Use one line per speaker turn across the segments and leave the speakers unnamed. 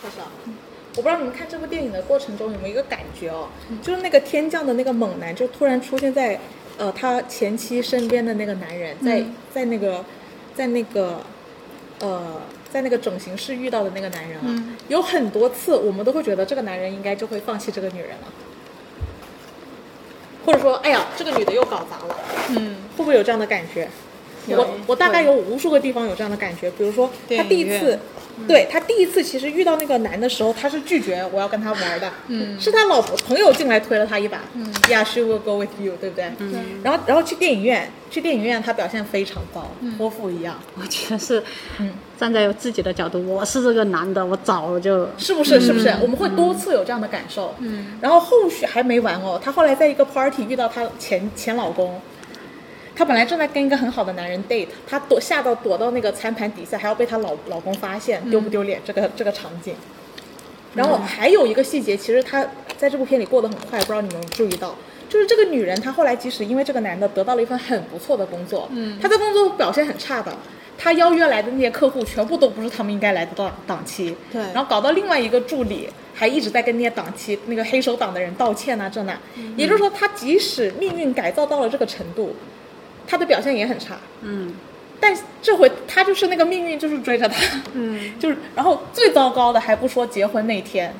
特少，我不知道你们看这部电影的过程中有没有一个感觉哦，
嗯
就是那个天降的那个猛男，就突然出现在呃他前妻身边的那个男人，在、
嗯
在那个在那个呃在那个整形室遇到的那个男人啊，
嗯
有很多次我们都会觉得这个男人应该就会放弃这个女人了，或者说哎呀这个女的又搞砸了。
嗯，
会不会有这样的感觉？
有
我我大概
会
有无数个地方有这样的感觉，比如说他
电
第一
影院嗯
次，对他第一次其实遇到那个男的时候，他是拒绝我要跟他玩的，
嗯
是他老婆朋友进来推了他一把，
嗯
，Yeah, she will go with you，对不对？
嗯
然后然后去电影院，去电影院他表现非常糟，
嗯
泼妇一样，
我觉得是
嗯，
站在自己的角度，我是这个男的，我早就是
不是不是？是不是？我们会多次有这样的感受，
嗯，
然后后续还没完哦，她后来在一个 party 遇到她前前老公，她本来正在跟一个很好的男人 date，她躲吓到躲到那个餐盘底下，还要被她老老公发现，丢不丢脸？这个这个场景。然后还有一个细节，其实她在这部片里过得很快，不知道你们有没有注意到，就是这个女人她后来即使因为这个男的得到了一份很不错的工作，
嗯
她在工作表现很差的。她邀约来的那些客户全部都不是他们应该来的档档期，
对
然后搞到另外一个助理还一直在跟那些档期那个黑手党的人道歉呐、这那，
嗯
也就是说她即使命运改造到了这个程度，她的表现也很差，
嗯，
但这回她就是那个命运就是追着她，
嗯，
就是，然后最糟糕的还不说结婚那天，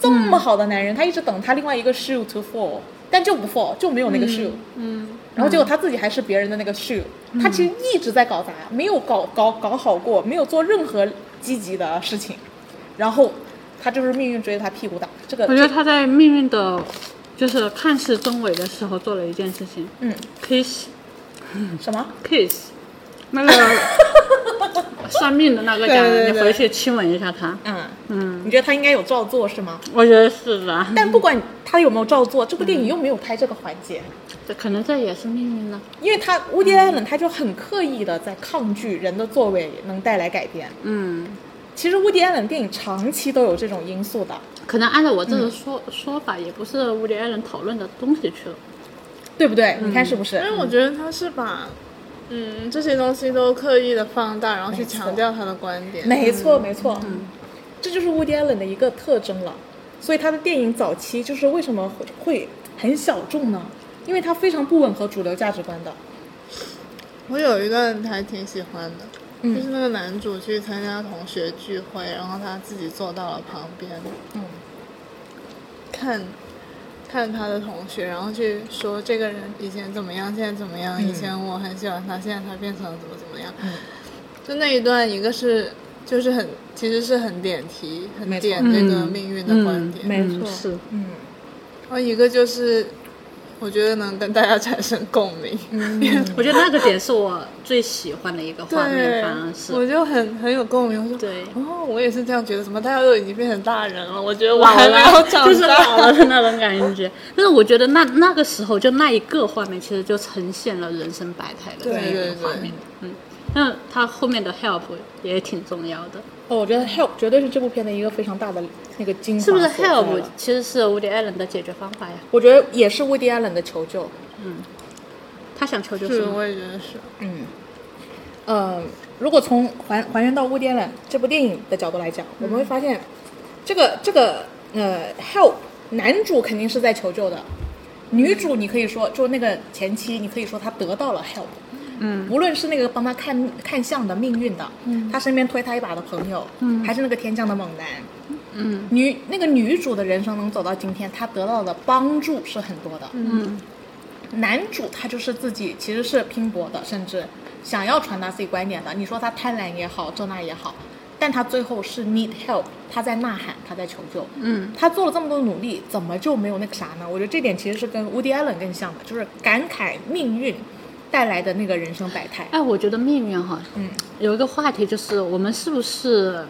这么好的男人，他一直等他另外一个 shoe to fall，但就不 fall，就没有那个 shoe，、
嗯
然后结果他自己还是别人的那个 shoe，、他其实一直在搞砸，没有搞搞搞好过，没有做任何积极的事情，然后他就是命运追着他屁股打，这个
我觉得他在命运的，就是看似终尾的时候做了一件事情
嗯
，kiss
什么
kiss，那个 算命的那个讲，
对对对
你回去亲吻一下他，
嗯，
嗯，
你觉得他应该有照做是吗？
我觉得是的，
但不管他有没有照做，这部电影又没有拍这个环节。
这可能这也是命运呢，
因为他乌迪
嗯
艾伦他就很刻意的在抗拒人的作为能带来改变。
嗯，
其实乌迪艾伦电影长期都有这种因素的，
可能按照我这个说、说法，也不是无理爱人讨论的东西去了，
对不对？
嗯
你看是不是？
因为我觉得他是把嗯这些东西都刻意的放大，然后去
没错
强调他的观点。
没错，
嗯
没错，这就是乌迪艾伦的一个特征了。所以他的电影早期就是为什么会会很小众呢？因为它非常不吻合主流价值观的。
我有一段还挺喜欢的，
嗯
就是那个男主去参加同学聚会，然后他自己坐到了旁边
嗯，
看。看他的同学，然后去说这个人以前怎么样，现在怎么样？以前我很喜欢他，现在他变成了怎么怎么样？
嗯
就那一段，一个是就是很其实是很点题，很
没错嗯
点这个命运的观点，
嗯
没
嗯
错
是，
嗯
然后一个就是，我觉得能跟大家产生共鸣。
嗯，
我觉得那个点是我最喜欢的一个 画面，
对
反而，是
我就很很有共鸣。我就
对
哦，我也是这样觉得。怎么大家都已经变成大人了，我觉得我
老
还没有
了，
长大。
就是老了的那种感觉。 但是我觉得那那个时候就那一个画面，其实就呈现了人生百态的这
对
一个
对
画
对
面。嗯，那他后面的 help 也挺重要的，
哦，我觉得 Help 绝对是这部片的一个非常大的那个精华
是
所
不是
在了。
help 其实是 Woody Allen 的解决方法呀？
我觉得也是乌迪艾伦的求救。
他想求救
是，
什么？
我也觉得是。
嗯，呃，如果从还还原到《乌迪伦》这部电影的角度来讲，我们会发现，这个这个呃，help 男主肯定是在求救的，女主你可以说就那个前妻，你可以说她得到了 help，
嗯，
无论是那个帮她看看相的命运的，嗯，她身边推她一把的朋友，嗯，还是那个天降的猛男，
嗯
女那个女主的人生能走到今天，她得到的帮助是很多的，
嗯
男主他就是自己其实是拼搏的，甚至想要传达自己观点的。你说他贪婪也好，这那也好，但他最后是 need help，他在呐喊，他在求救。
嗯，
他做了这么多努力，怎么就没有那个啥呢？我觉得这点其实是跟 Woody Allen 更像的，就是感慨命运带来的那个人生百态。
哎，我觉得命运哈，
嗯，
有一个话题就是我们是不是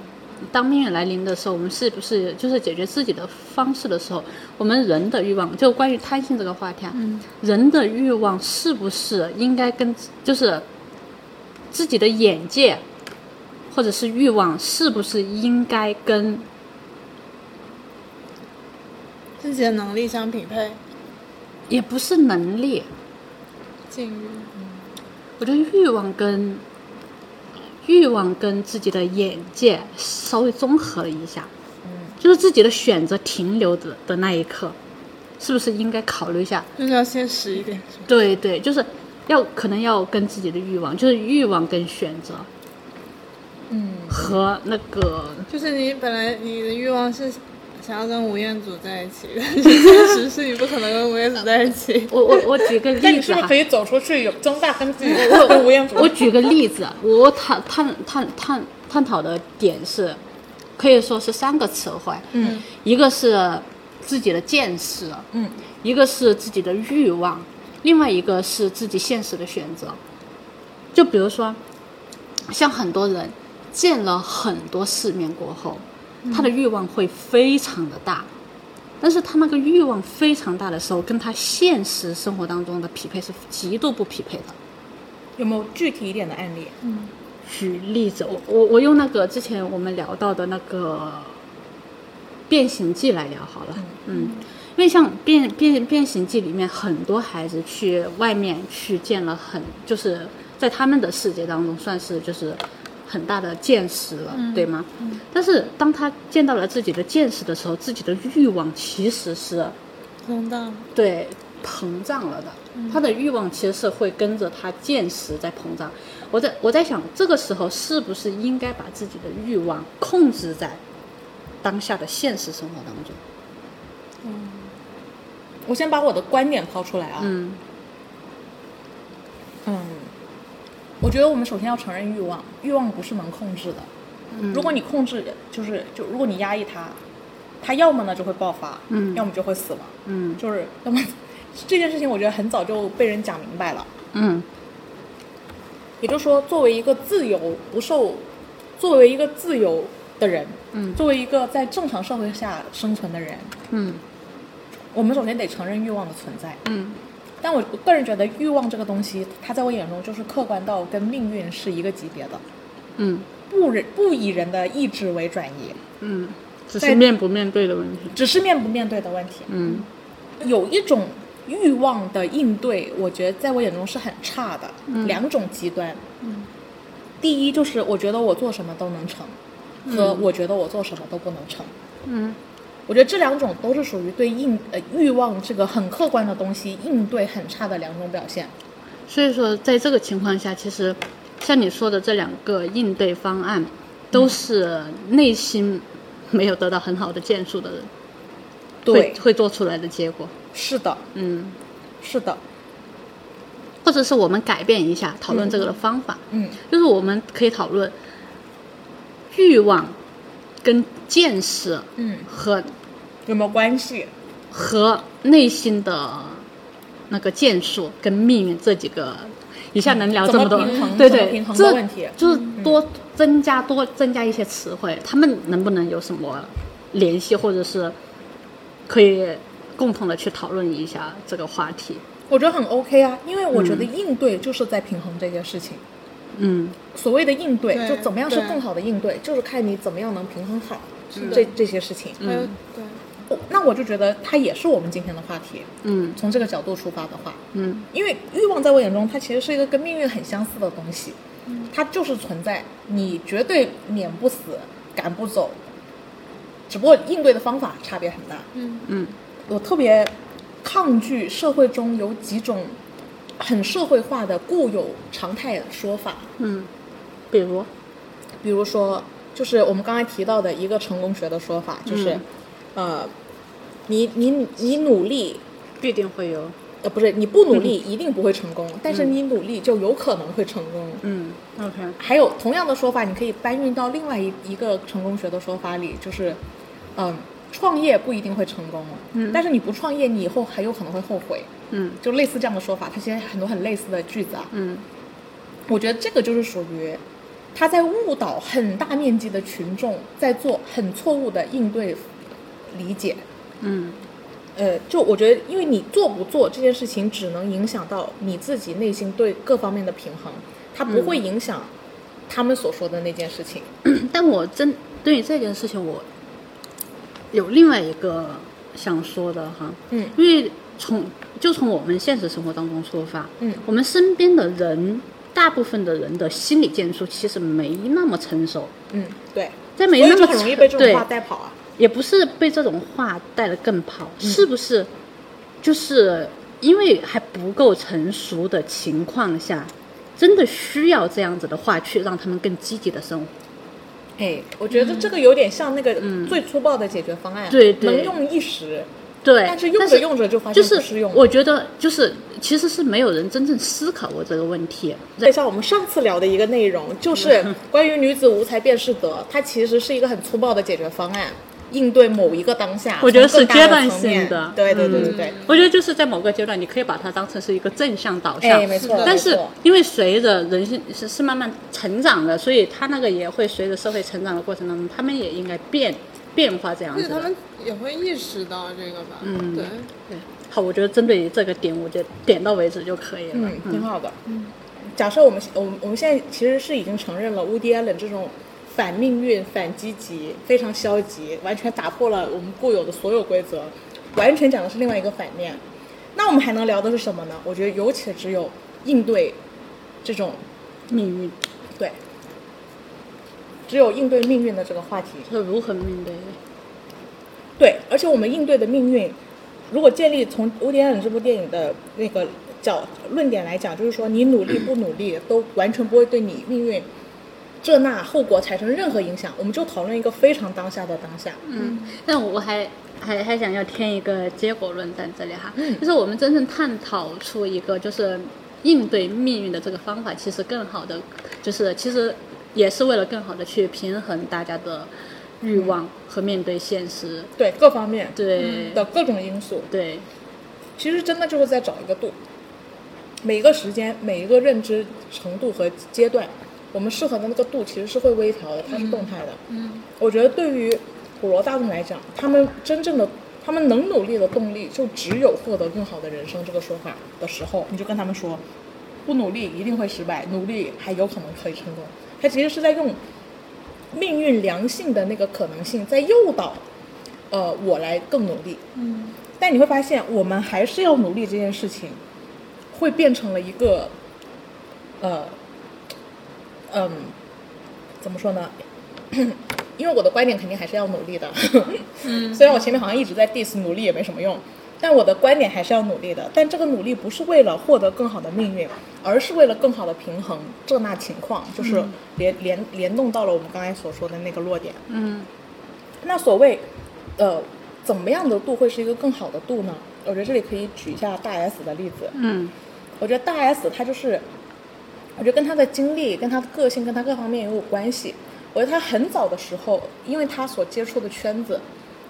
当命运来临的时候，我们是不是就是解决自己的方式的时候，我们人的欲望，就关于贪心这个话题啊，人的欲望是不是应该跟就是自己的眼界或者是欲望，是不是应该跟
自己的能力相匹配，
也不是能力，
境遇。
我觉得欲望跟欲望跟自己的眼界稍微综合了一下，
嗯，
就是自己的选择停留的的那一刻，是不是应该考虑一下？
就是要现实一点，是吧
对对，就是要可能要跟自己的欲望，就是欲望跟选择，嗯，和那个
就是你本来你的欲望是想要跟吴彦祖在一起， 但是现实是你不可能跟吴彦祖在一 起。
我我我举个
那
例
你是
子
不是
哈
可，以走出去，有争大跟自己跟吴彦祖？
我举个例子，我探探探探探讨的点是，可以说是三个词汇，
嗯，
一个是自己的见识，
嗯，
一个是自己的欲望，另外一个是自己现实的选择。就比如说，像很多人见了很多世面过后，
嗯
他的欲望会非常的大，但是他那个欲望非常大的时候，跟他现实生活当中的匹配是极度不匹配的。
有没有具体一点的案例？
嗯举例子，我我我用那个之前我们聊到的那个变形记来聊好了，嗯，因为像变变变形记里面很多孩子去外面去见了很，就是在他们的世界当中算是就是很大的见识了，对吗？但是当他见到了自己的见识的时候，自己的欲望其实是
真的，
对膨胀了的，他的欲望其实是会跟着他见识在膨胀。我在我在想，这个时候是不是应该把自己的欲望控制在当下的现实生活当中？
我先把我的观点抛出来啊。
嗯
嗯，我觉得我们首先要承认欲望，欲望不是能控制的。
嗯
如果你控制，就是就如果你压抑它，它要么呢就会爆发，
嗯
要么就会死亡，
嗯
就是要么 这件事情，我觉得很早就被人讲明白了。
嗯
也就是说，作为一个自由不受，作为一个自由的人，
嗯
作为一个在正常社会下生存的人，
嗯
我们首先得承认欲望的存在。
嗯
但我我个人觉得，欲望这个东西，它在我眼中就是客观到跟命运是一个级别的，
嗯
不人不以人的意志为转移，
嗯，只
在
是面不面对的问题。
只是面不面对的问题。
嗯
有一种欲望的应对，我觉得在我眼中是很差的，两种极端。第一就是我觉得我做什么都能成，和我觉得我做什么都不能成。
嗯
我觉得这两种都是属于对应呃欲望这个很客观的东西应对很差的两种表现。
所以说，在这个情况下，其实像你说的这两个应对方案，都是内心没有得到很好的建树的人会
对，
会做出来的结果。
是的，
嗯，
是的，
或者是我们改变一下讨论这个的方法，
嗯
就是我们可以讨论欲望跟见识
嗯，
和
有没有关系？
和内心的那个建树跟命运这几个。一下能聊这多
怎么平衡，
对
怎么
对，
平衡的
这
问题嗯
就是多增加多增加一些词汇，他们能不能有什么联系，或者是可以共同的去讨论一下这个话题？
我觉得很 OK 啊，因为我
嗯
觉得应对就是在平衡这件事情。
嗯
所谓的应对，
对
就怎么样是
对
更好的应对，就是看你怎么样能平衡好这这些事
嗯
情。
还有对，
我那我就觉得它也是我们今天的话题。
嗯
从这个角度出发的话，
嗯
因为欲望在我眼中，它其实是一个跟命运很相似的东西，
嗯
它就是存在，你绝对免不死，赶不走，只不过应对的方法差别很大。
嗯
嗯
我特别抗拒社会中有几种很社会化的固有常态的说法，
嗯，比如，
比如说，就是我们刚才提到的一个成功学的说法，就是，呃，你你你努力，
必定会有。
呃，不是你不努力一定不会成功，但是你努力就有可能会成功。
嗯，OK，
还有同样的说法，你可以搬运到另外一一个成功学的说法里，就是，嗯、创业不一定会成功，嗯、但是你不创业，你以后很有可能会后悔，
嗯
就类似这样的说法。它其实很多很类似的句子啊，
嗯
我觉得这个就是属于他在误导很大面积的群众，在做很错误的应对理解。
嗯
呃，就我觉得，因为你做不做这件事情，只能影响到你自己内心对各方面的平衡，它不会影响他们所说的那件事情。
但我真对于这件事情，我有另外一个想说的哈，
嗯
因为从就从我们现实生活当中出发，
嗯
我们身边的人，大部分的人的心理建树其实没那么成熟，
嗯，对，
在
所
没
以
那
就
么
很容易
成
被这种
对
话带跑啊。
也不是被这种话带得更跑，
嗯
是不是？就是因为还不够成熟的情况下，真的需要这样子的话去让他们更积极的生活。
哎，我觉得这个有点像那个最粗暴的解决方案，
嗯对对
能用一时，
对，
但是用着用着就发
就
现
是
不适用了。
我觉得就是其实是没有人真正思考过这个问题。
对像我们上次聊的一个内容，就是
嗯
关于女子无才便是德，它其实是一个很粗暴的解决方案，应对某一个当下。
我觉得是
从更大
阶段
层面
性的
对对对对对，
我觉得就是在某个阶段，你可以把它当成是一个正向导向，
哎没错
但
没
是
错
因为随着人性是是慢慢成长的，所以他那个也会随着社会成长的过程当中，他们也应该变变化这样
而
子
且
的。
他们也会意识到这个吧？嗯，对，
对好，我觉得针对于这个点，我就点到为止就可以了。
嗯，挺好的。假设我们我们我们现在其实是已经承认了 Woody Allen 这种反命运、反积极、非常消极，完全打破了我们固有的所有规则，完全讲的是另外一个反面。那我们还能聊的是什么呢？我觉得有且只有应对这种
命运
对，只有应对命运的这个话题。
是如何面对的？
对，而且我们应对的命运，如果建立从《乌迪安人》这部电影的那个角论点来讲，就是说你努力不努力都完全不会对你命运这那后果产生任何影响。我们就讨论一个非常当下的当下。
嗯， 但我还还还想要添一个结果论在这里哈，就是我们真正探讨出一个就是应对命运的这个方法，其实更好的就是其实也是为了更好的去平衡大家的欲望和面对现实，
对各方面
对、
的各种因素，
对，
其实真的就是在找一个度，每一个时间、每一个认知程度和阶段，我们适合的那个度其实是会微调的，它是动态的。
嗯，
我觉得对于普罗大众来讲，他们真正的他们能努力的动力，就只有获得更好的人生这个说法的时候，你就跟他们说，不努力一定会失败，努力还有可能可以成功。他其实是在用命运良性的那个可能性，在诱导呃我来更努力。
嗯，
但你会发现，我们还是要努力这件事情，会变成了一个，呃，嗯，怎么说呢？ 因为我的观点肯定还是要努力的， 虽然我前面好像一直在 diss 努力也没什么用，但我的观点还是要努力的。但这个努力不是为了获得更好的命运，而是为了更好的平衡这那情况，就是联联联动到了我们刚才所说的那个落点。
嗯，
那所谓，呃，怎么样的度会是一个更好的度呢？我觉得这里可以举一下大 S 的例子。
嗯，
我觉得大 S 她就是，我觉得跟她的经历、跟她的个性、跟她各方面也有关系。我觉得她很早的时候，因为她所接触的圈子，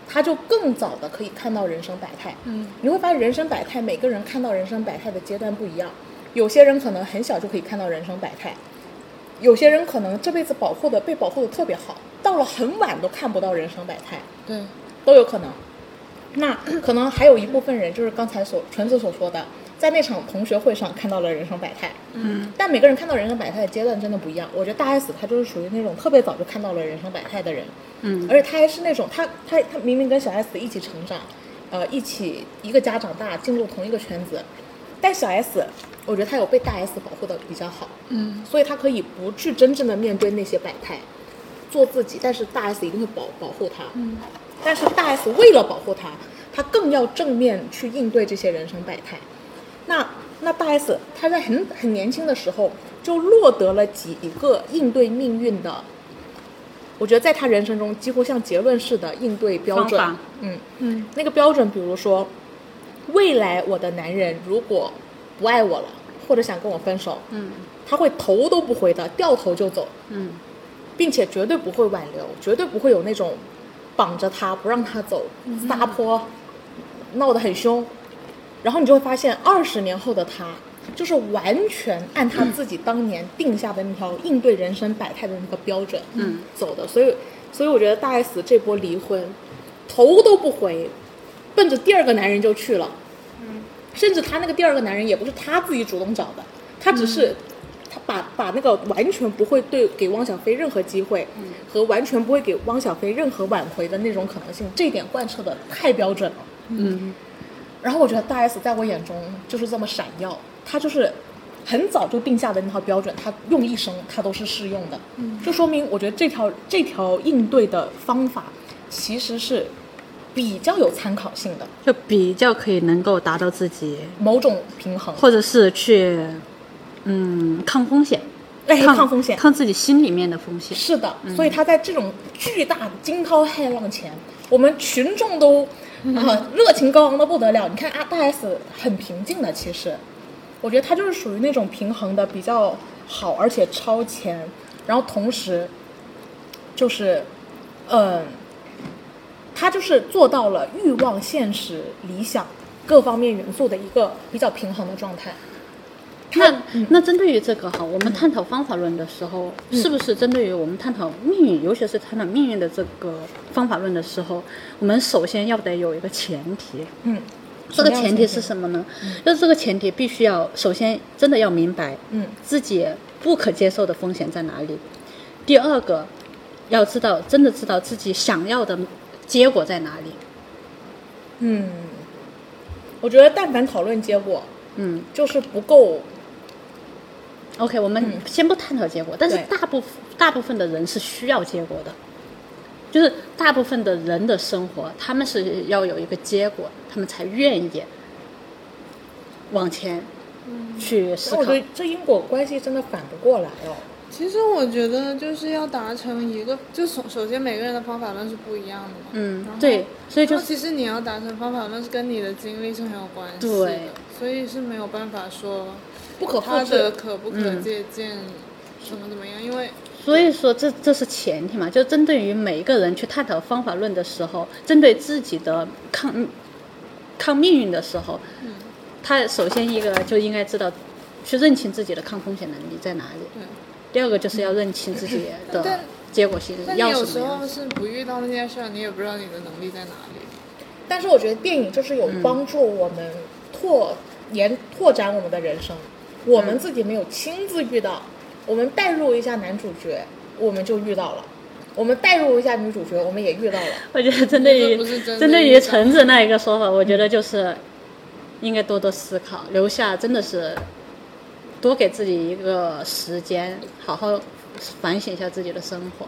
她就更早的可以看到人生百态。
嗯，
你会发现人生百态，每个人看到人生百态的阶段不一样。有些人可能很小就可以看到人生百态，有些人可能这辈子保护的被保护的特别好，到了很晚都看不到人生百态。
对，
都有可能。那可能还有一部分人，就是刚才所纯子所说的，在那场同学会上看到了人生百态。嗯，但每个人看到人生百态的阶段真的不一样。我觉得大 S 她就是属于那种特别早就看到了人生百态的人。
嗯，
而且她还是那种她她她明明跟小 S 一起成长，呃，一起一个家长大，进入同一个圈子，但小 S 我觉得她有被大 S 保护的比较好。
嗯，
所以他可以不去真正的面对那些百态，做自己，但是大 S 一定会保保护他。嗯，但是大 S 为了保护他，他更要正面去应对这些人生百态。那那大 S 她在很很年轻的时候就落得了几个应对命运的，我觉得在她人生中几乎像结论式的应对标准
方法。
嗯，
嗯，
那个标准，比如说，未来我的男人如果不爱我了，或者想跟我分手，
嗯
他会头都不回的掉头就走，
嗯
并且绝对不会挽留，绝对不会有那种绑着他不让他走、撒泼、闹得很凶。然后你就会发现，二十年后的他，就是完全按他自己当年定下的那条应对人生百态的那个标准，
嗯，
走的。所以，所以我觉得大 S 这波离婚，头都不回，奔着第二个男人就去了。甚至她那个第二个男人也不是她自己主动找的，她只是她把把那个完全不会对给汪小菲任何机会，和完全不会给汪小菲任何挽回的那种可能性，这一点贯彻的太标准了。
嗯，
然后我觉得大 S 在我眼中就是这么闪耀，她就是很早就定下的那套标准，她用一生她都是适用的，就说明我觉得这条这条应对的方法其实是比较有参考性的
就比较可以能够达到自己，
某种平衡，
或者是去嗯抗风险，
哎，抗风险。
抗自己心里面的风险。
是的，所以他在这种巨大的惊涛骇浪前，我们群众都
嗯
啊热情高昂的不得了。你看啊，大 S 很平静的，其实，我觉得他就是属于那种平衡的比较好，而且超前，然后同时就是，嗯、他就是做到了欲望、现实、理想各方面元素的一个比较平衡的状态。
那那针对于这个哈，我们探讨方法论的时候，是不是针对于我们探讨命运，尤其是探讨命运的这个方法论的时候，我们首先要得有一个前提，
嗯，
这个前
什么
提
样的
是什么呢？就是这个前提必须要首先真的要明白
嗯
自己不可接受的风险在哪里，第二个要知道真的知道自己想要的结果在哪里，
嗯，我觉得但凡讨论结果，
嗯。
就是不够，
OK，我们先不探讨结果，但是
对
大部分大部分的人是需要结果的，就是大部分的人的生活，他们是要有一个结果，他们才愿意往前去思
但我
考
觉。得这因果关系真的反不过来哦。
其实我觉得就是要达成一个，就首首先每个人的方法论是不一样的嘛。
嗯
然后，
对，所以就
然后
是
其实你要达成方法论是跟你的经历是很有关系的，
对
所以是没有办法说
不可复
它的
制，
可不可借鉴，怎么怎么样，因为
所以说这这是前提嘛，就针对于每一个人去探讨方法论的时候，针对自己的抗抗命运的时候，他首先一个就应该知道去认清自己的抗风险能力在哪里。
对。
第二个就是要认清自己的
嗯但
结果性
但你
要
有
什
时
么样
候。是不遇到那件事儿，你也不知道你的能力在哪里。
但是我觉得电影就是有帮助我们拓延拓展我们的人生。我们自己没有亲自遇到，我们代入一下男主角，我们就遇到了；我们代入一下女主角，我们也遇到了。
我觉得针对
这不是
于
针对于
针对于橙子那一个说法，我觉得就是应该多多思考，留下真的是多给自己一个时间，好好反省一下自己的生活。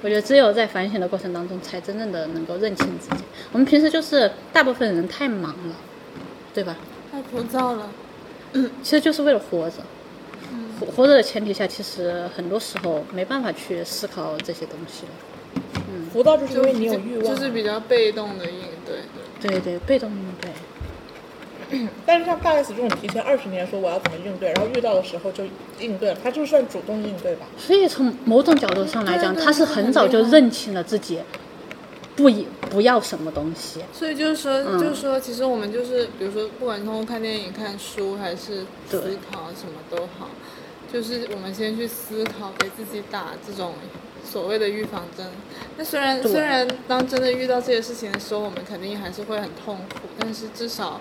我觉得只有在反省的过程当中，才真正的能够认清自己。我们平时就是大部分人太忙了，对吧？
太枯燥了，
其实就是为了活着。
嗯
活活着的前提下，其实很多时候没办法去思考这些东西了。
浮躁就是因
就
为你有欲望，
就是比较被动的应对。
对对，被动应对。
但是像大 S 这种提前二十年说我要怎么应对，然后遇到的时候就应对了，他就算主动应对吧。
所以从某种角度上来讲，
对对
他是很早就认清了自己不以不要什么东西。
所以就是说，
嗯
就是说，其实我们就是，比如说，不管通过看电影、看书，还是思
对
考，什么都好，就是我们先去思考，给自己打这种所谓的预防针。那虽然
对
虽然当真的遇到这些事情的时候，我们肯定还是会很痛苦，但是至少，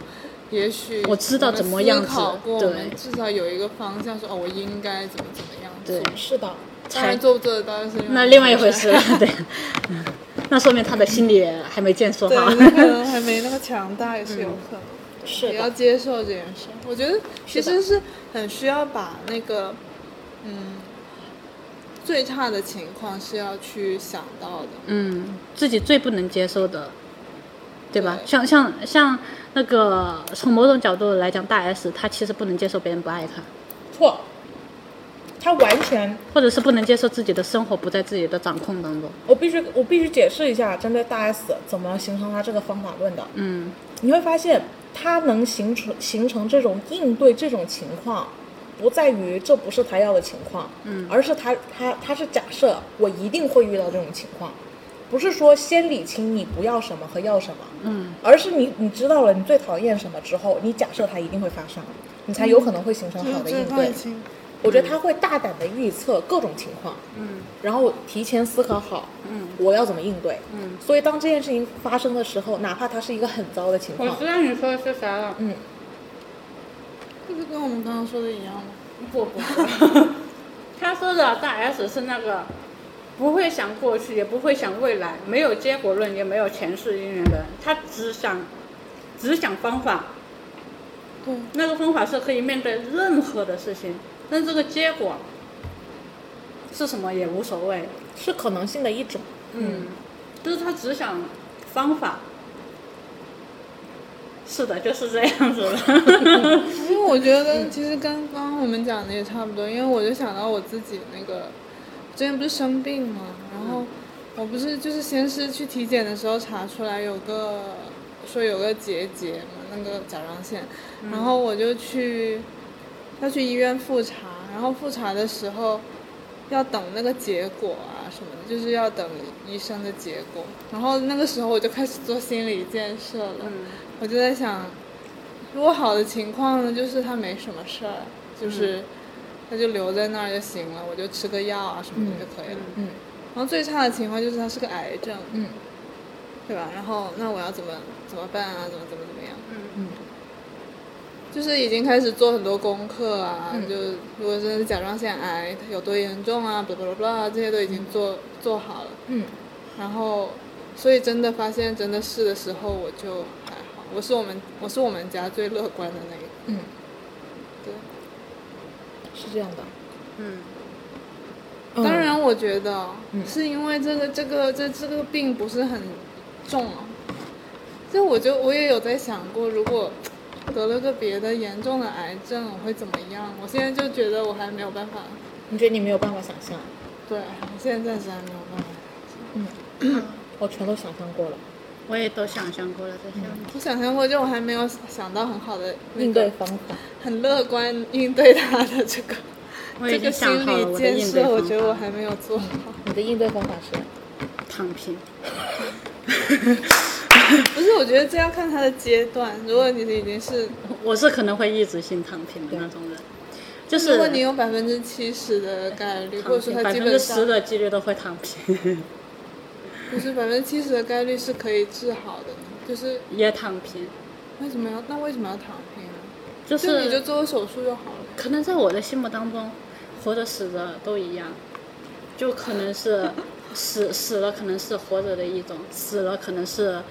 也许
我知道
们
怎么样
思考
子
过，我
对
们至少有一个方向，说哦，我应该怎么怎么样做
对。
是的，
当然做不做得到是
那另外一回
回
事了， 对。嗯那说明他的心理还没建设
对，
好。
那可能还没那么强大，也是有
嗯
可能。
是的
也要接受这件事。我觉得其实是很需要把那个，嗯，最差的情况是要去想到的。
嗯， 自己最不能接受的，对吧？
对
像像像那个，从某种角度来讲，大 S 她其实不能接受别人不爱她，
错，他完全，
或者是不能接受自己的生活不在自己的掌控当中。
我必须我必须解释一下，针对大 S 怎么形成他这个方法论的。
嗯，
你会发现，他能形成形成这种应对这种情况，不在于这不是他要的情况，嗯，而是他他他是假设我一定会遇到这种情况，不是说先理清你不要什么和要什么，嗯，而是你你知道了你最讨厌什么之后，你假设它一定会发生，你才有可能会形成好的
嗯
应对。我觉得他会大胆的预测各种情况，嗯，然后提前思考好，嗯，我要怎么应对，嗯，所以当这件事情发生的时候，哪怕它是一个很糟的情况，
道你说的是啥了。
嗯，
这不跟我们刚刚说的一样吗？
不不， 他说的大 S 是那个不会想过去，也不会想未来，没有结果论，也没有前世姻缘的人，他只想只想方法。
对，
那个方法是可以面对任何的事情，但这个结果是什么也无所谓。
是可能性的一种，
嗯，就是他只想方法。是的，就是这样子的。
因为我觉得其实跟刚刚我们讲的也差不多，因为我就想到我自己那个，之前不是生病嘛，然后我不是就是先是去体检的时候查出来有个说有个结节嘛，那个甲状腺，然后我就去要去医院复查，然后复查的时候要等那个结果啊什么的，就是要等医生的结果，然后那个时候我就开始做心理建设了。我就在想，如果好的情况呢，就是他没什么事儿，
嗯
就是他就留在那儿就行了，我就吃个药啊什么的就可以了。
嗯
然后最差的情况就是他是个癌症，
嗯
对吧？然后那我要怎么怎么办啊？怎么怎么怎么样？
嗯，
就是已经开始做很多功课啊，
嗯
就如果真的是甲状腺癌它有多严重啊，blah blah blah，这些都已经做、做好了。
嗯
然后，所以真的发现真的是的时候，我就还好。我是我们我是我们家最乐观的那一个。
嗯，
对，
是这样的。
嗯，
当然，我觉得
嗯
是因为这个这个这这个病不是很重啊。这我就我也有在想过，如果得了个别的严重的癌症，我会怎么样？我现在就觉得我还没有办法。
你觉得你没有办法想象？
对，我现在暂时还没有办法。
我全都想象过了，
我也都想象过了这些问题。
我想象过，就我还没有想到很好的那个
应对方法。
很乐观应对他的这个
我
这
已
个
经
心
想好了
理
我的
建
应对
设，
方
我
法
觉得我还没有做好。
你的应对方法是？
躺平。
不是，我觉得这要看他的阶段。如果你已经是，
我是可能会一直性躺平的那种人，就是
如果你有百分之七十的概率，或者说他
百
基
分
本
之十
上
的几率都会躺平，
不是百分之七十的概率是可以治好的，就是
也躺平，
为什么要那为什么要躺平呢？
就
就你就是做个手术就好了。
可能在我的心目当中，活着死着都一样，就可能 是死死了可能是活着的一种，死了可能是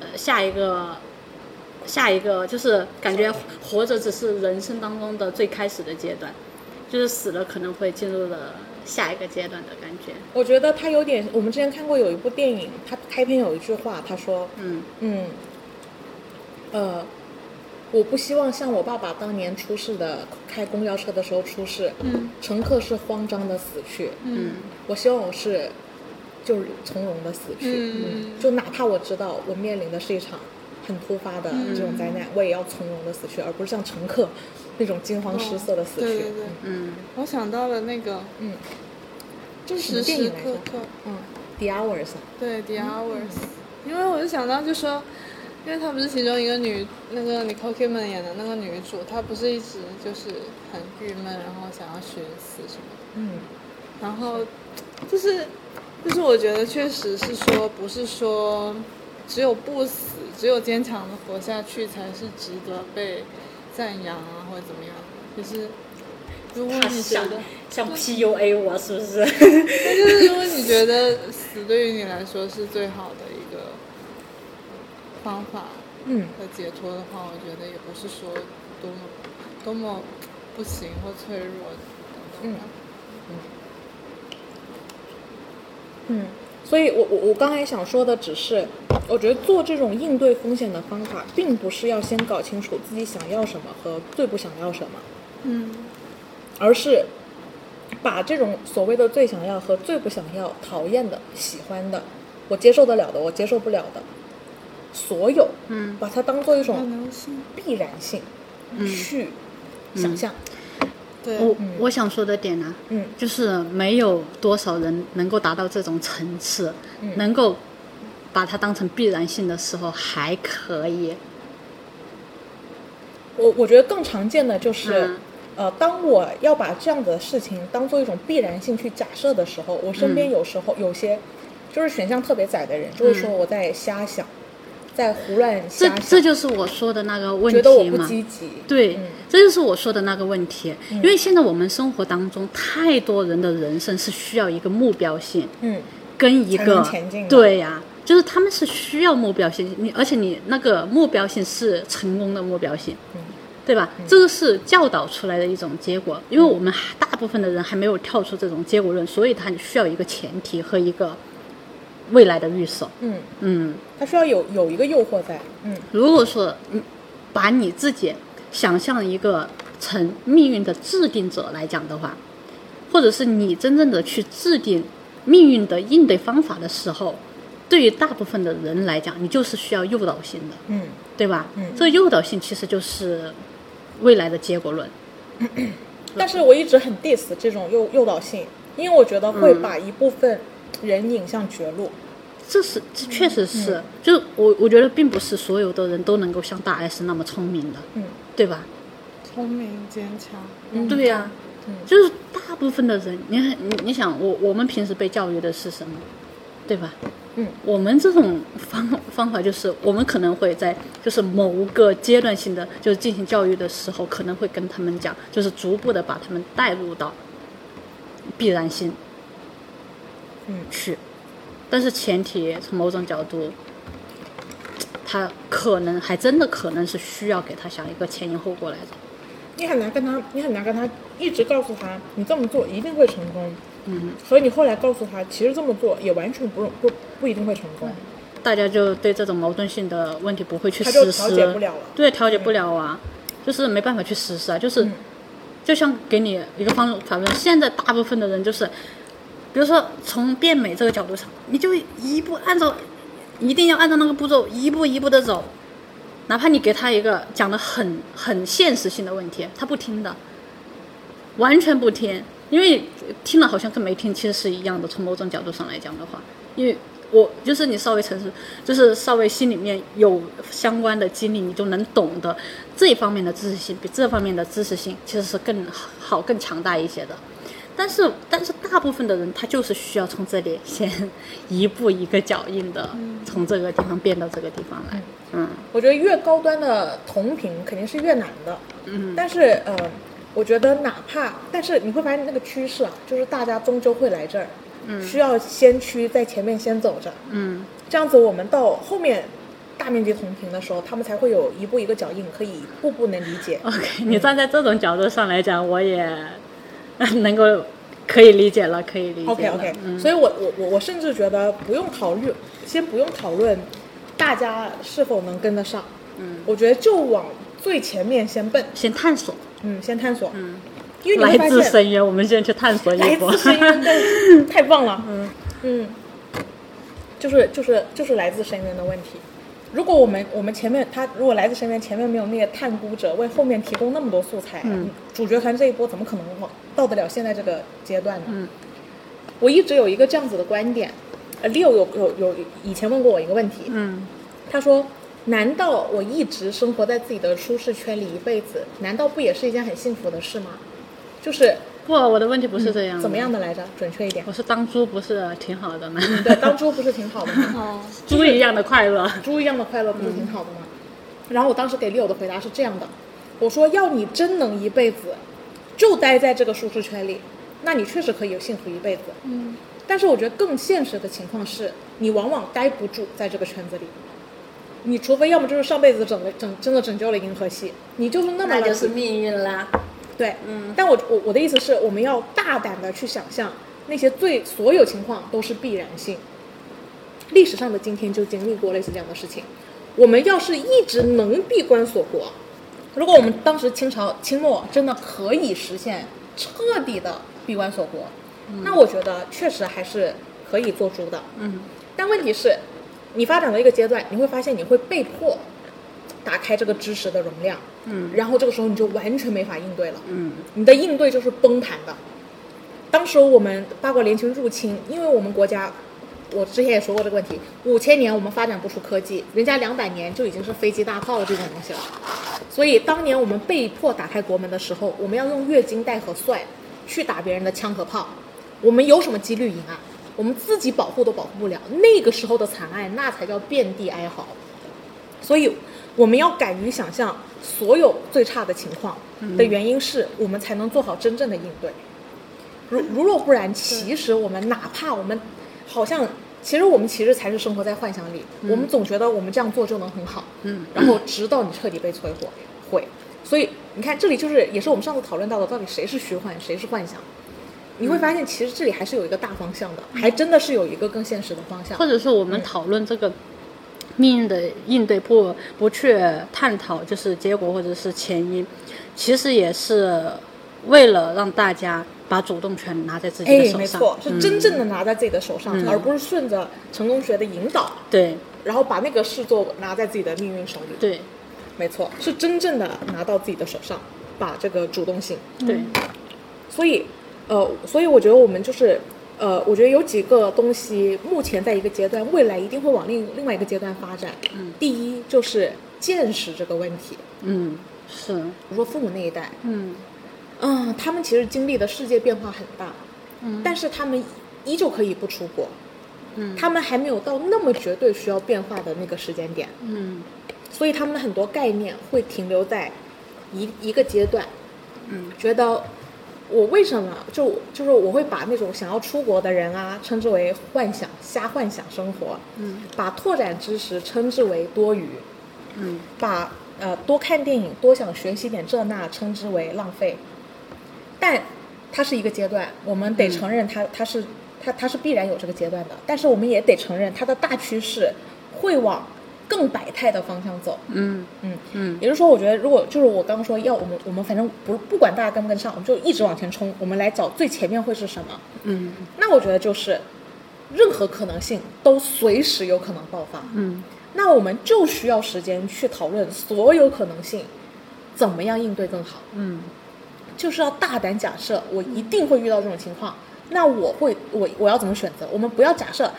呃下一个。下一个就是感觉活着只是人生当中的最开始的阶段，就是死了可能会进入了下一个阶段的感觉。
我觉得他有点，我们之前看过有一部电影，他开篇有一句话，他说，
嗯
嗯，呃，我不希望像我爸爸当年出事的，开公交车的时候出事，
嗯
乘客是慌张的死去，
嗯
我希望我是就是从容的死去，
嗯
就哪怕我知道我面临的是一场很突发的
嗯
这种灾难，我也要从容的死去，而不是像乘客那种惊慌失色的死去。
哦对对对，
嗯，
我想到了那个
嗯，这是什
时
么电
时
影来
刻
着？
刻。
嗯，The Hours 啊。
对，The
嗯
Hours，、因为我就想到就说，因为她不是其中一个女那个 Nicole Kidman 演的那个女主，她不是一直就是很郁闷，然后想要寻死什么的，
嗯
然后就是就是我觉得确实是说，不是说只有不死，只有坚强的活下去才是值得被赞扬啊，或者怎么样，就是如果
嗯他
你觉
想
得。
想 PUA 我是不是？
但就是如果你觉得死对于你来说是最好的一个方法
嗯
和解脱的话，我觉得也不是说多么多么不行或脆弱等等
嗯
吧。
嗯，所以我我我刚才想说的只是，我觉得做这种应对风险的方法，并不是要先搞清楚自己想要什么和最不想要什么，
嗯
而是把这种所谓的最想要和最不想要、讨厌的、喜欢的、我接受得了的、我接受不了的，所有，
嗯，
把它当做一
可
种
能性
必然性、去
嗯
想象，
对，
我我想说的点呢、
嗯
就是没有多少人能够达到这种层次，
嗯
能够把它当成必然性的时候还可以。
我我觉得更常见的就是，
嗯
呃，当我要把这样的事情当做一种必然性去假设的时候，我身
嗯
边有时候、有些就是选项特别窄的人，就会说我在瞎想，在胡乱
这
瞎想，
嗯这就是我说的那个问
觉得我
题
不
嘛。
积极，
对，
嗯
这就是我说的那个问题。因为现在我们生活当中，太多人的人生是需要一个目标性，
嗯
跟一
才能
个
前进的
对呀、就是他们是需要目标性，你而且你那个目标性是成功的目标性，
嗯
对吧？这个是教导出来的一种结果，因为我们还大部分的人还没有跳出这种结果论，所以他需要一个前提和一个未来的预设。
嗯，
嗯，
他需要有有一个诱惑在，嗯
如果说你把你自己想象一个成命运的制定者来讲的话，或者是你真正的去制定命运的应对方法的时候，对于大部分的人来讲，你就是需要诱导性的，
嗯
对吧？
嗯
这个诱导性其实就是未来的结果论。
但是我一直很 diss 这种诱诱导性，因为我觉得
嗯
会把一部分人引向绝路。
这是这确实是，就我我觉得并不是所有的人都能够像大 S 那么聪明的，
嗯
对吧？
聪明坚强，
对呀、就是大部分的人，你很你你想我我们平时被教育的是什么，对吧？
嗯，
我们这种方方法就是，我们可能会在就是某个阶段性的就是进行教育的时候，可能会跟他们讲，就是逐步的把他们带入到必然性，
嗯
去，但是前提从某种角度，他可能还真的可能是需要给他想一个前因后果来着。
你很难跟他，你很难跟他一直告诉他你这么做一定会成功，嗯，和你后来告诉他其实这么做也完全不不不一定会成功，
大家就对这种矛盾性的问题不会去
他就
实施，
调节不了了嗯
对，调节不了啊，就是没办法去实施啊，就是、就像给你一个方法论，现在大部分的人就是，比如说从变美这个角度上，你就一步按照，一定要按照那个步骤一步一步的走，哪怕你给他一个讲的很很现实性的问题，他不听的，完全不听，因为听了好像跟没听其实是一样的。从某种角度上来讲的话，因为我就是你稍微诚实，就是稍微心里面有相关的经历，你就能懂得这方面的知识性比这方面的知识性其实是更好、更强大一些的。但是，但是大部分的人他就是需要从这里先一步一个脚印的从这个地方变到这个地方来，嗯。
我觉得越高端的同频肯定是越难的，嗯，但是呃，我觉得哪怕，但是你会发现那个趋势啊，就是大家终究会来这儿，嗯，需要先驱在前面先走着，
嗯
这样子我们到后面大面积同频的时候，他们才会有一步一个脚印，可以步步能理 解，
OK，你站在这种角度上来讲，我也 能够可以理解了，可以理解了。嗯
OK OK，、所以我我我我甚至觉得不用考虑，先不用讨论大家是否能跟得上，嗯，我觉得就往最前面先奔，
先探索，
嗯，先探索，嗯，因为你会
来
发
自
现
深渊，我们先去探索
来
一波
自。 深渊，对，太棒了，嗯嗯，就是就是就是来自深渊的问题。如果我们我们前面他如果来自深渊前面没有那些探孤者为后面提供那么多素材，嗯、主角团这一波怎么可能往到得了现在这个阶段呢？
嗯
我一直有一个这样子的观点，呃，Leo 有有有以前问过我一个问题，
嗯
他说：“难道我一直生活在自己的舒适圈里一辈子，难道不也是一件很幸福的事吗？”就是
不，我的问题不是这样、
怎么样？的嗯来着？准确一点
我，是当猪，不是挺好的吗？
对，当猪不是挺好的吗？
哦，
猪一样的快乐。
猪一样的快乐不是挺好的吗？然后我当时给 Leo 的回答是这样的，我说要你真能一辈子就待在这个舒适圈里，那你确实可以有幸福一辈子。
嗯，
但是我觉得更现实的情况是，你往往待不住在这个圈子里。你除非要么就是上辈子拯了拯真的拯救了银河系，你就是 那么 lucky
命运啦。
对，嗯。但我我我的意思是，我们要大胆的去想象那些最所有情况都是必然性。历史上的今天就经历过类似这样的事情。我们要是一直能闭关锁国，如果我们当时清朝清末真的可以实现彻底的闭关锁国，那我觉得确实还是可以做出的。
嗯，
但问题是，你发展到一个阶段，你会发现你会被迫打开这个知识的容量，
嗯，
然后这个时候你就完全没法应对了，
嗯，
你的应对就是崩盘的。当时我们八国联军入侵，因为我们国家，我之前也说过这个问题，五千年我们发展不出科技，人家两百年就已经是飞机大炮了这种东西了。所以当年我们被迫打开国门的时候，我们要用月经带和帅去打别人的枪和炮，我们有什么几率赢啊？我们自己保护都保护不了，那个时候的惨案那才叫遍地哀嚎。所以我们要敢于想象所有最差的情况的原因是，我们才能做好真正的应对。如如若不然，其实我们哪怕我们好像，其实我们其实才是生活在幻想里，我们总觉得我们这样做就能很好，
嗯，
然后直到你彻底被摧毁，毁。所以你看，这里就是也是我们上次讨论到的，到底谁是虚幻，谁是幻想。你会发现其实这里还是有一个大方向的，还真的是有一个更现实的方向
或。者是我们讨论这个命运的应对不，不去探讨就是结果或者是前因，其实也是为了让大家把主动权拿在自己的
哎，
手
没
上。
错，是
嗯、
真正的拿在自己的手上，而不是顺着成功学的引导，
嗯对
然后把那个视作拿在自己的命运手里。
对
没错，是真正的拿到自己的手上，把这个主动性。
对，
所以，呃，所以我觉得我们就是，呃，我觉得有几个东西目前在一个阶段，未来一定会往另另外一个阶段发展。嗯，第一就是见识这个问题，
嗯是，
比如说父母那一代，
嗯
嗯，他们其实经历的世界变化很大，嗯，但是他们依旧可以不出国，嗯，他们还没有到那么绝对需要变化的那个时间点，
嗯
所以他们的很多概念会停留在一一个阶段，嗯，觉得我为什么就就是我会把那种想要出国的人啊称之为幻想瞎幻想生活，嗯，把拓展知识称之为多余，
嗯
把呃多看电影多想学习点这那称之为浪费，但它是一个阶段，我们得承认它它是它它是必然有这个阶段的，但是我们也得承认它的大趋势会往更百态的方向走，
嗯
嗯，
嗯
也就是说，我觉得如果就是我刚刚说要我们我们反正不不管大家跟不跟上，我们就一直往前冲，我们来找最前面会是什么？
嗯
那我觉得就是任何可能性都随时有可能爆发，
嗯
那我们就需要时间去讨论所有可能性怎么样应对更好，
嗯
就是要大胆假设我一定会遇到这种情况，那我会我我要怎么选择？我们不要假设。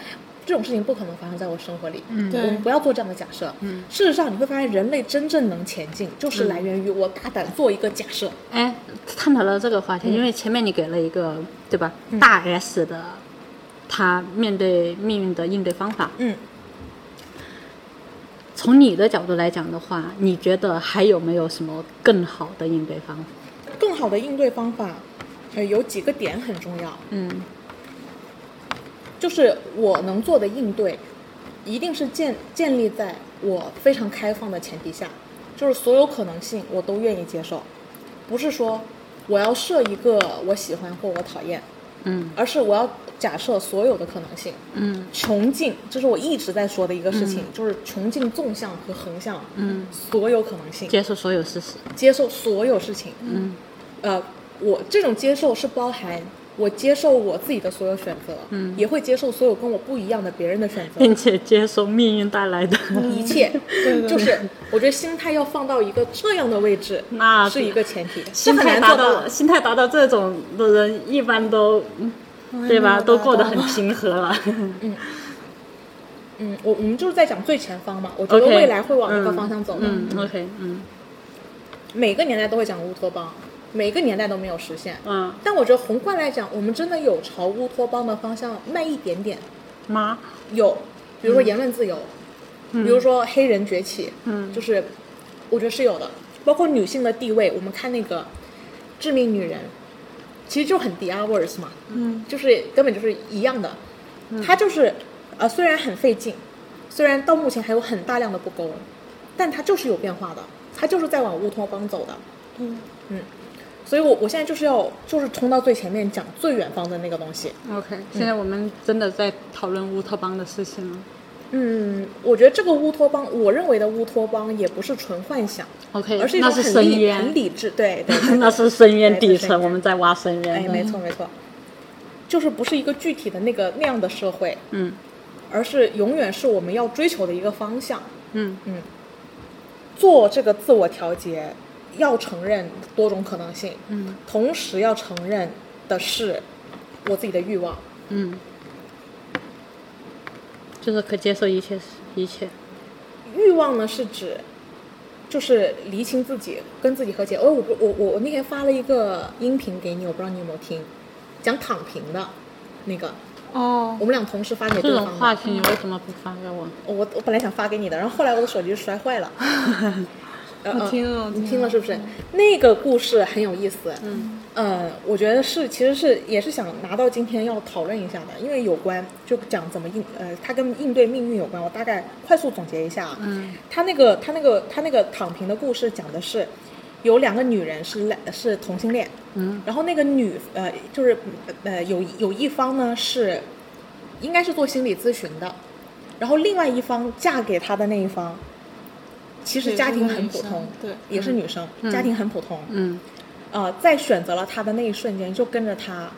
这种事情不可能发生在我生活里，嗯
对
我们不要做这样的假设。嗯，事实上你会发现，人类真正能前进，就是来源于我大胆做一个假设。
哎，探讨到这个
嗯
话题，因为前面你给了一个对吧大 S 的他面对命运的应对方法，
嗯，
从你的角度来讲的话，你觉得还有没有什么更好的应对方法？
更好的应对方法，呃，有几个点很重要。
嗯
就是我能做的应对，一定是建建立在我非常开放的前提下，就是所有可能性我都愿意接受，不是说我要设一个我喜欢或我讨厌，
嗯
而是我要假设所有的可能性。
嗯
穷尽，这是我一直在说的一个事情，就是穷尽纵向和横向，
嗯，
所有可能性，
接受所有事实。
接受所有事情。
嗯
呃，我这种接受是包含我接受我自己的所有选择，嗯，也会接受所有跟我不一样的别人的选择，
并且接受命运带来的，
一 切，
对对
就是我觉得心态要放到一个这样的位置，
那
是一个前提，是
啊心
很
态
难
达
做到
到
的。
心态达到这种的人，一般都嗯对吧，都过得很平和 了。
嗯，我我们就是在讲最前方嘛，我觉得
OK，
未来会往那个方向走的。
嗯，OK，嗯
每个年代都会讲乌托邦，每个年代都没有实现。
嗯，
但我觉得宏观来讲，我们真的有朝乌托邦的方向迈一点点，
妈，
有，比如说言论自由，比如说黑人崛起，嗯，就是我觉得是有的，包括女性的地位，我们看那个《致命女人》，其实就很 The Hours 嘛，嗯，就是根本就是一样的，它就是呃虽然很费劲，虽然到目前还有很大量的不够，但它就是有变化的，它就是在往乌托邦走的，嗯嗯。所以我，我现在就是要就是冲到最前面讲最远方的那个东西，
OK，现在我们真的在讨论乌托邦的事情了。
嗯，我觉得这个乌托邦，我认为的乌托邦也不是纯幻想，
OK，
而是一
那
种
是
很
深
理很
渊，
理智，对对对
那是深渊
对对
底
对
层，我们在挖深渊。
哎，没错没错，就是不是一个具体的那个那样的社会，
嗯
而是永远是我们要追求的一个方向。
嗯
做这个自我调节，要承认多种可能性，
嗯
同时要承认的是我自己的欲望，
嗯，就是可接受一切一切。
欲望呢是指，就是厘清自己，跟自己和解。哦，我不我我我那天发了一个音频给你，我不知道你有没有听，讲躺平的，那个
哦
我，们俩同时发给对
这
方
种话
的。哦
题你为什么不发给我？
我我本来想发给你的，然后后来我的手机就摔 坏了。呃
我听了我
呃你
嗯听了
听了是不是？那个故事很有意思。嗯，呃，我觉得是，其实是也是想拿到今天要讨论一下的，因为有关就讲怎么应呃，它跟应对命运有关。我大啊概快速总结一下。嗯，他那个他那个他那个躺平的故事讲的是，有两个女人是恋是同性恋，
嗯，
然后那个女呃就是呃有有一方呢是应该是做心理咨询的，然后另外一方嫁给他的那一方，其实家庭很普通，
对
也是女生，家庭很普通，
嗯
呃，在选择了他的那一瞬间就跟着他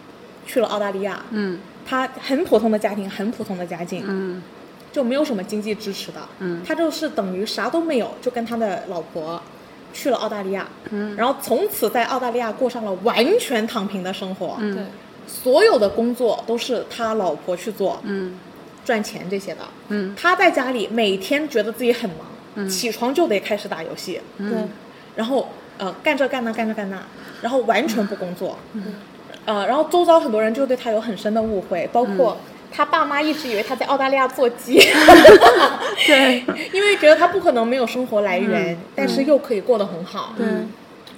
去了澳大利亚，
嗯
他很普通的家庭，很普通的家境，
嗯
就没有什么经济支持的，
嗯
他就是等于啥都没有，就跟他的老婆去了澳大利亚，
嗯
然后从此在澳大利亚过上了完全躺平的生活，
嗯
对，
所有的工作都是他老婆去做，
嗯
赚钱这些的，
嗯
他在家里每天觉得自己很忙，起床就得开始打游戏，
嗯
对，
然后呃干这干那干这干那，然后完全不工作，呃，然后周遭很多人就对他有很深的误会，包括他爸妈一直以为他在澳大利亚做鸡，
对，
因为觉得他不可能没有生活来源，但是又可以过得很好。
对，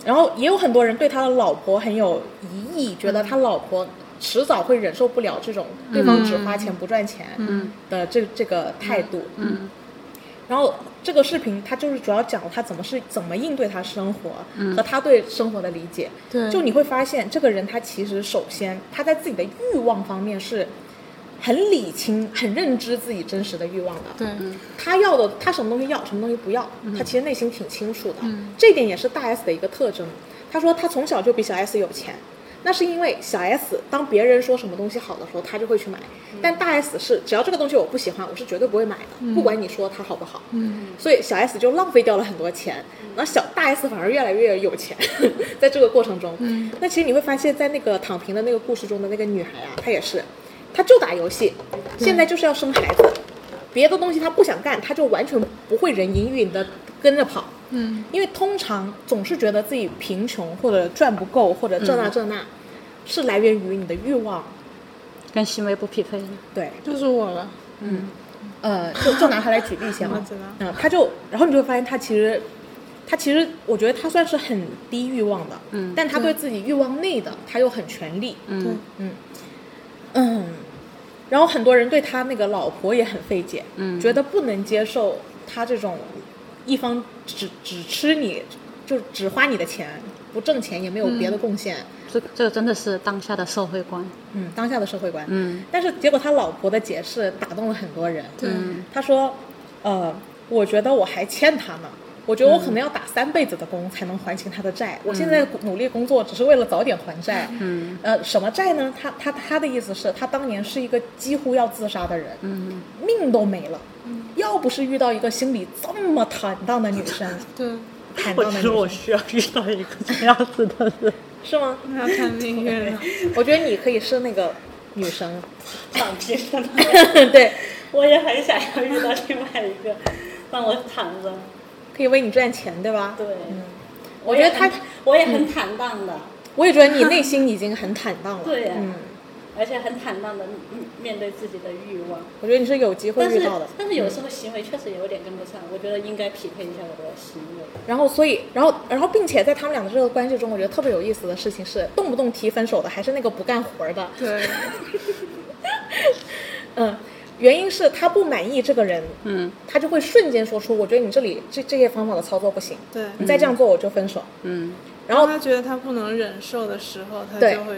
然后也有很多人对他的老婆很有疑义，觉得他老婆迟早会忍受不了这种对方只花钱不赚钱的这、这个态度。
嗯
然后这个视频他就是主要讲他怎么是怎么应对他生活、和他对生活的理解。
对，
就你会发现，这个人他其实首先他在自己的欲望方面是很理清、很认知自己真实的欲望的。
对，
嗯
他要的，他什么东西要，什么东西不要，他其实内心挺清楚的。这一点也是大 S 的一个特征。他说他从小就比小 S 有钱，那是因为小 S 当别人说什么东西好的时候，他就会去买。但大 S 是只要这个东西我不喜欢，我是绝对不会买的，不管你说它好不好。
嗯，
所以小 S 就浪费掉了很多钱，然后小大 S 反而越来越有钱， 在这个过程中，
嗯，
那其实你会发现，在那个躺平的那个故事中的那个女孩啊，她也是，她就打游戏，现在就是要生孩子，别的东西她不想干，她就完全不会人云亦云的跟着跑，
嗯，
因为通常总是觉得自己贫穷或者赚不够或者这那这那，是来源于你的欲望，
跟行为不匹配。
对，
就是我了，
呃，就就拿他来举例先
我
嘛
知道，
嗯，他就，然后你就会发现他其实，他其实我觉得他算是很低欲望的，嗯，但他对自己欲望内的他又很全力，嗯
对，
嗯，然后很多人对他那个老婆也很费解，
嗯
觉得不能接受他这种一方只只吃你就只花你的钱，不挣钱也没有别的贡献，
这这个真的是当下的社会观。
嗯当下的社会观，
嗯
但是结果他老婆的解释打动了很多人，
对，
他说，呃，我觉得我还欠他呢，我觉得我可能要打三辈子的工才能还清他的债。我现在努力工作，只是为了早点还债。
嗯
呃，什么债呢？他他他的意思是，他当年是一个几乎要自杀的人，
嗯
命都没了。要不是遇到一个心理这么坦荡的女生，
对，
坦荡的女生
需要遇到一个这样子的人。
是吗？
那要看命运了，
我觉得你可以是那个女生，
躺平的呢，
对，
我也很想要遇到另外一个让我躺着。
可以为你赚钱，对吧？
对，
嗯
我觉得
也很
他，
我也很坦荡的，
我也觉得你内心已经很坦荡了。
对呀
嗯，
而且很坦荡的面对自己的欲望。
我觉得你是有机会
但
遇
是
到的。
但是有
嗯
时候行为确实有点跟不上，我觉得应该匹配一下我的行为。
然后，所以，然后，然后，并且在他们俩的这个关系中，我觉得特别有意思的事情是，动不动提分手的还是那个不干活的。
对，
嗯，原因是他不满意这个人，
嗯
他就会瞬间说出，我觉得你这里这这些方法的操作不行，
对。
你再这样做我就分手。
嗯，
然后
当他觉得他不能忍受的时候，他
对
就会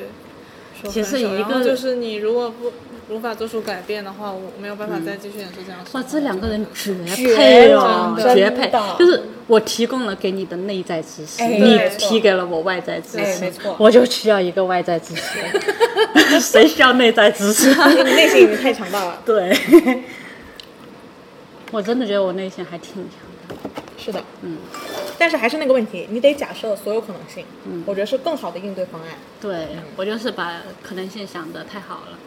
说
其
分
实
手。
一
然后
个
就是你如果不无法做出改变的话，我没有办法再继续忍受这样的生活。
哇，这两 个人绝
绝
配哦，
真的
绝配
真的！
就是我提供了给你的内在支持，
哎
你
没
错
提给了我外在支
哎
持，
没错
我就需要一个外在支持， 谁需要内在支持？
你内心已经太强大了。
对，我真的觉得我内心还挺强的。
是的，嗯。但是还是那个问题，你得假设所有可能性，嗯，我觉得是更好的应对方案。
对我就是把可能性想的太好了，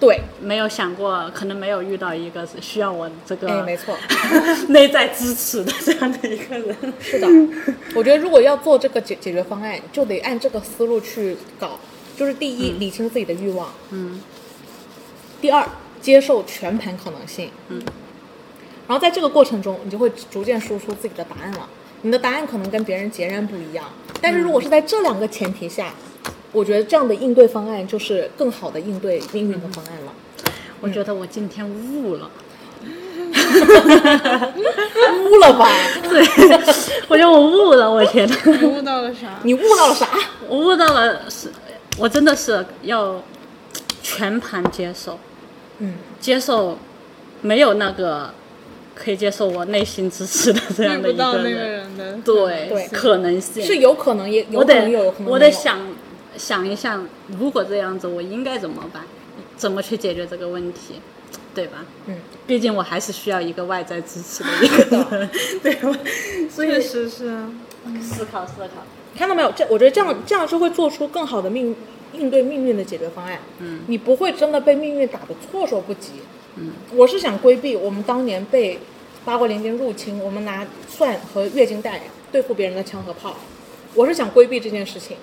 对，
没有想过，可能没有遇到一个需要我这
哎，
个
没错。
内在支持的这样的一个人。
是的，我觉得如果要做这个解解决方案，就得按这个思路去搞。就是第一，理清自己的欲望；
嗯
第二，接受全盘可能性。嗯。然后在这个过程中，你就会逐渐输出自己的答案了。你的答案可能跟别人截然不一样，但是如果是
嗯
在这两个前提下，我觉得这样的应对方案就是更好的应对命运的方案了。
我觉得我今天悟了，嗯
污了吧？
对，我觉得我悟了，我天呐，
你悟到了啥？
你悟到了啥？
我悟到了，是，我真的是要全盘接受，
嗯，
接受没有那个可以接受我内心支持的这
遇
样的
不
一
到
个
那个
人，
人的
对
对
可能性
是有可能也有
我
可能有，有
得
可能没有
我得想想一想，如果这样子，我应该怎么办？怎么去解决这个问题，对吧？
嗯，
毕竟我还是需要一个外在支持的一个人， 对吧？所
确
以
实是啊，
思考思考，
看到没有？这我觉得这样这样是会做出更好的命应对命运的解决方案。嗯，你不会真的被命运打得措手不及。嗯，我是想规避我们当年被八国联军入侵，我们拿蒜和月经带对付别人的枪和炮，我是想规避这件事情。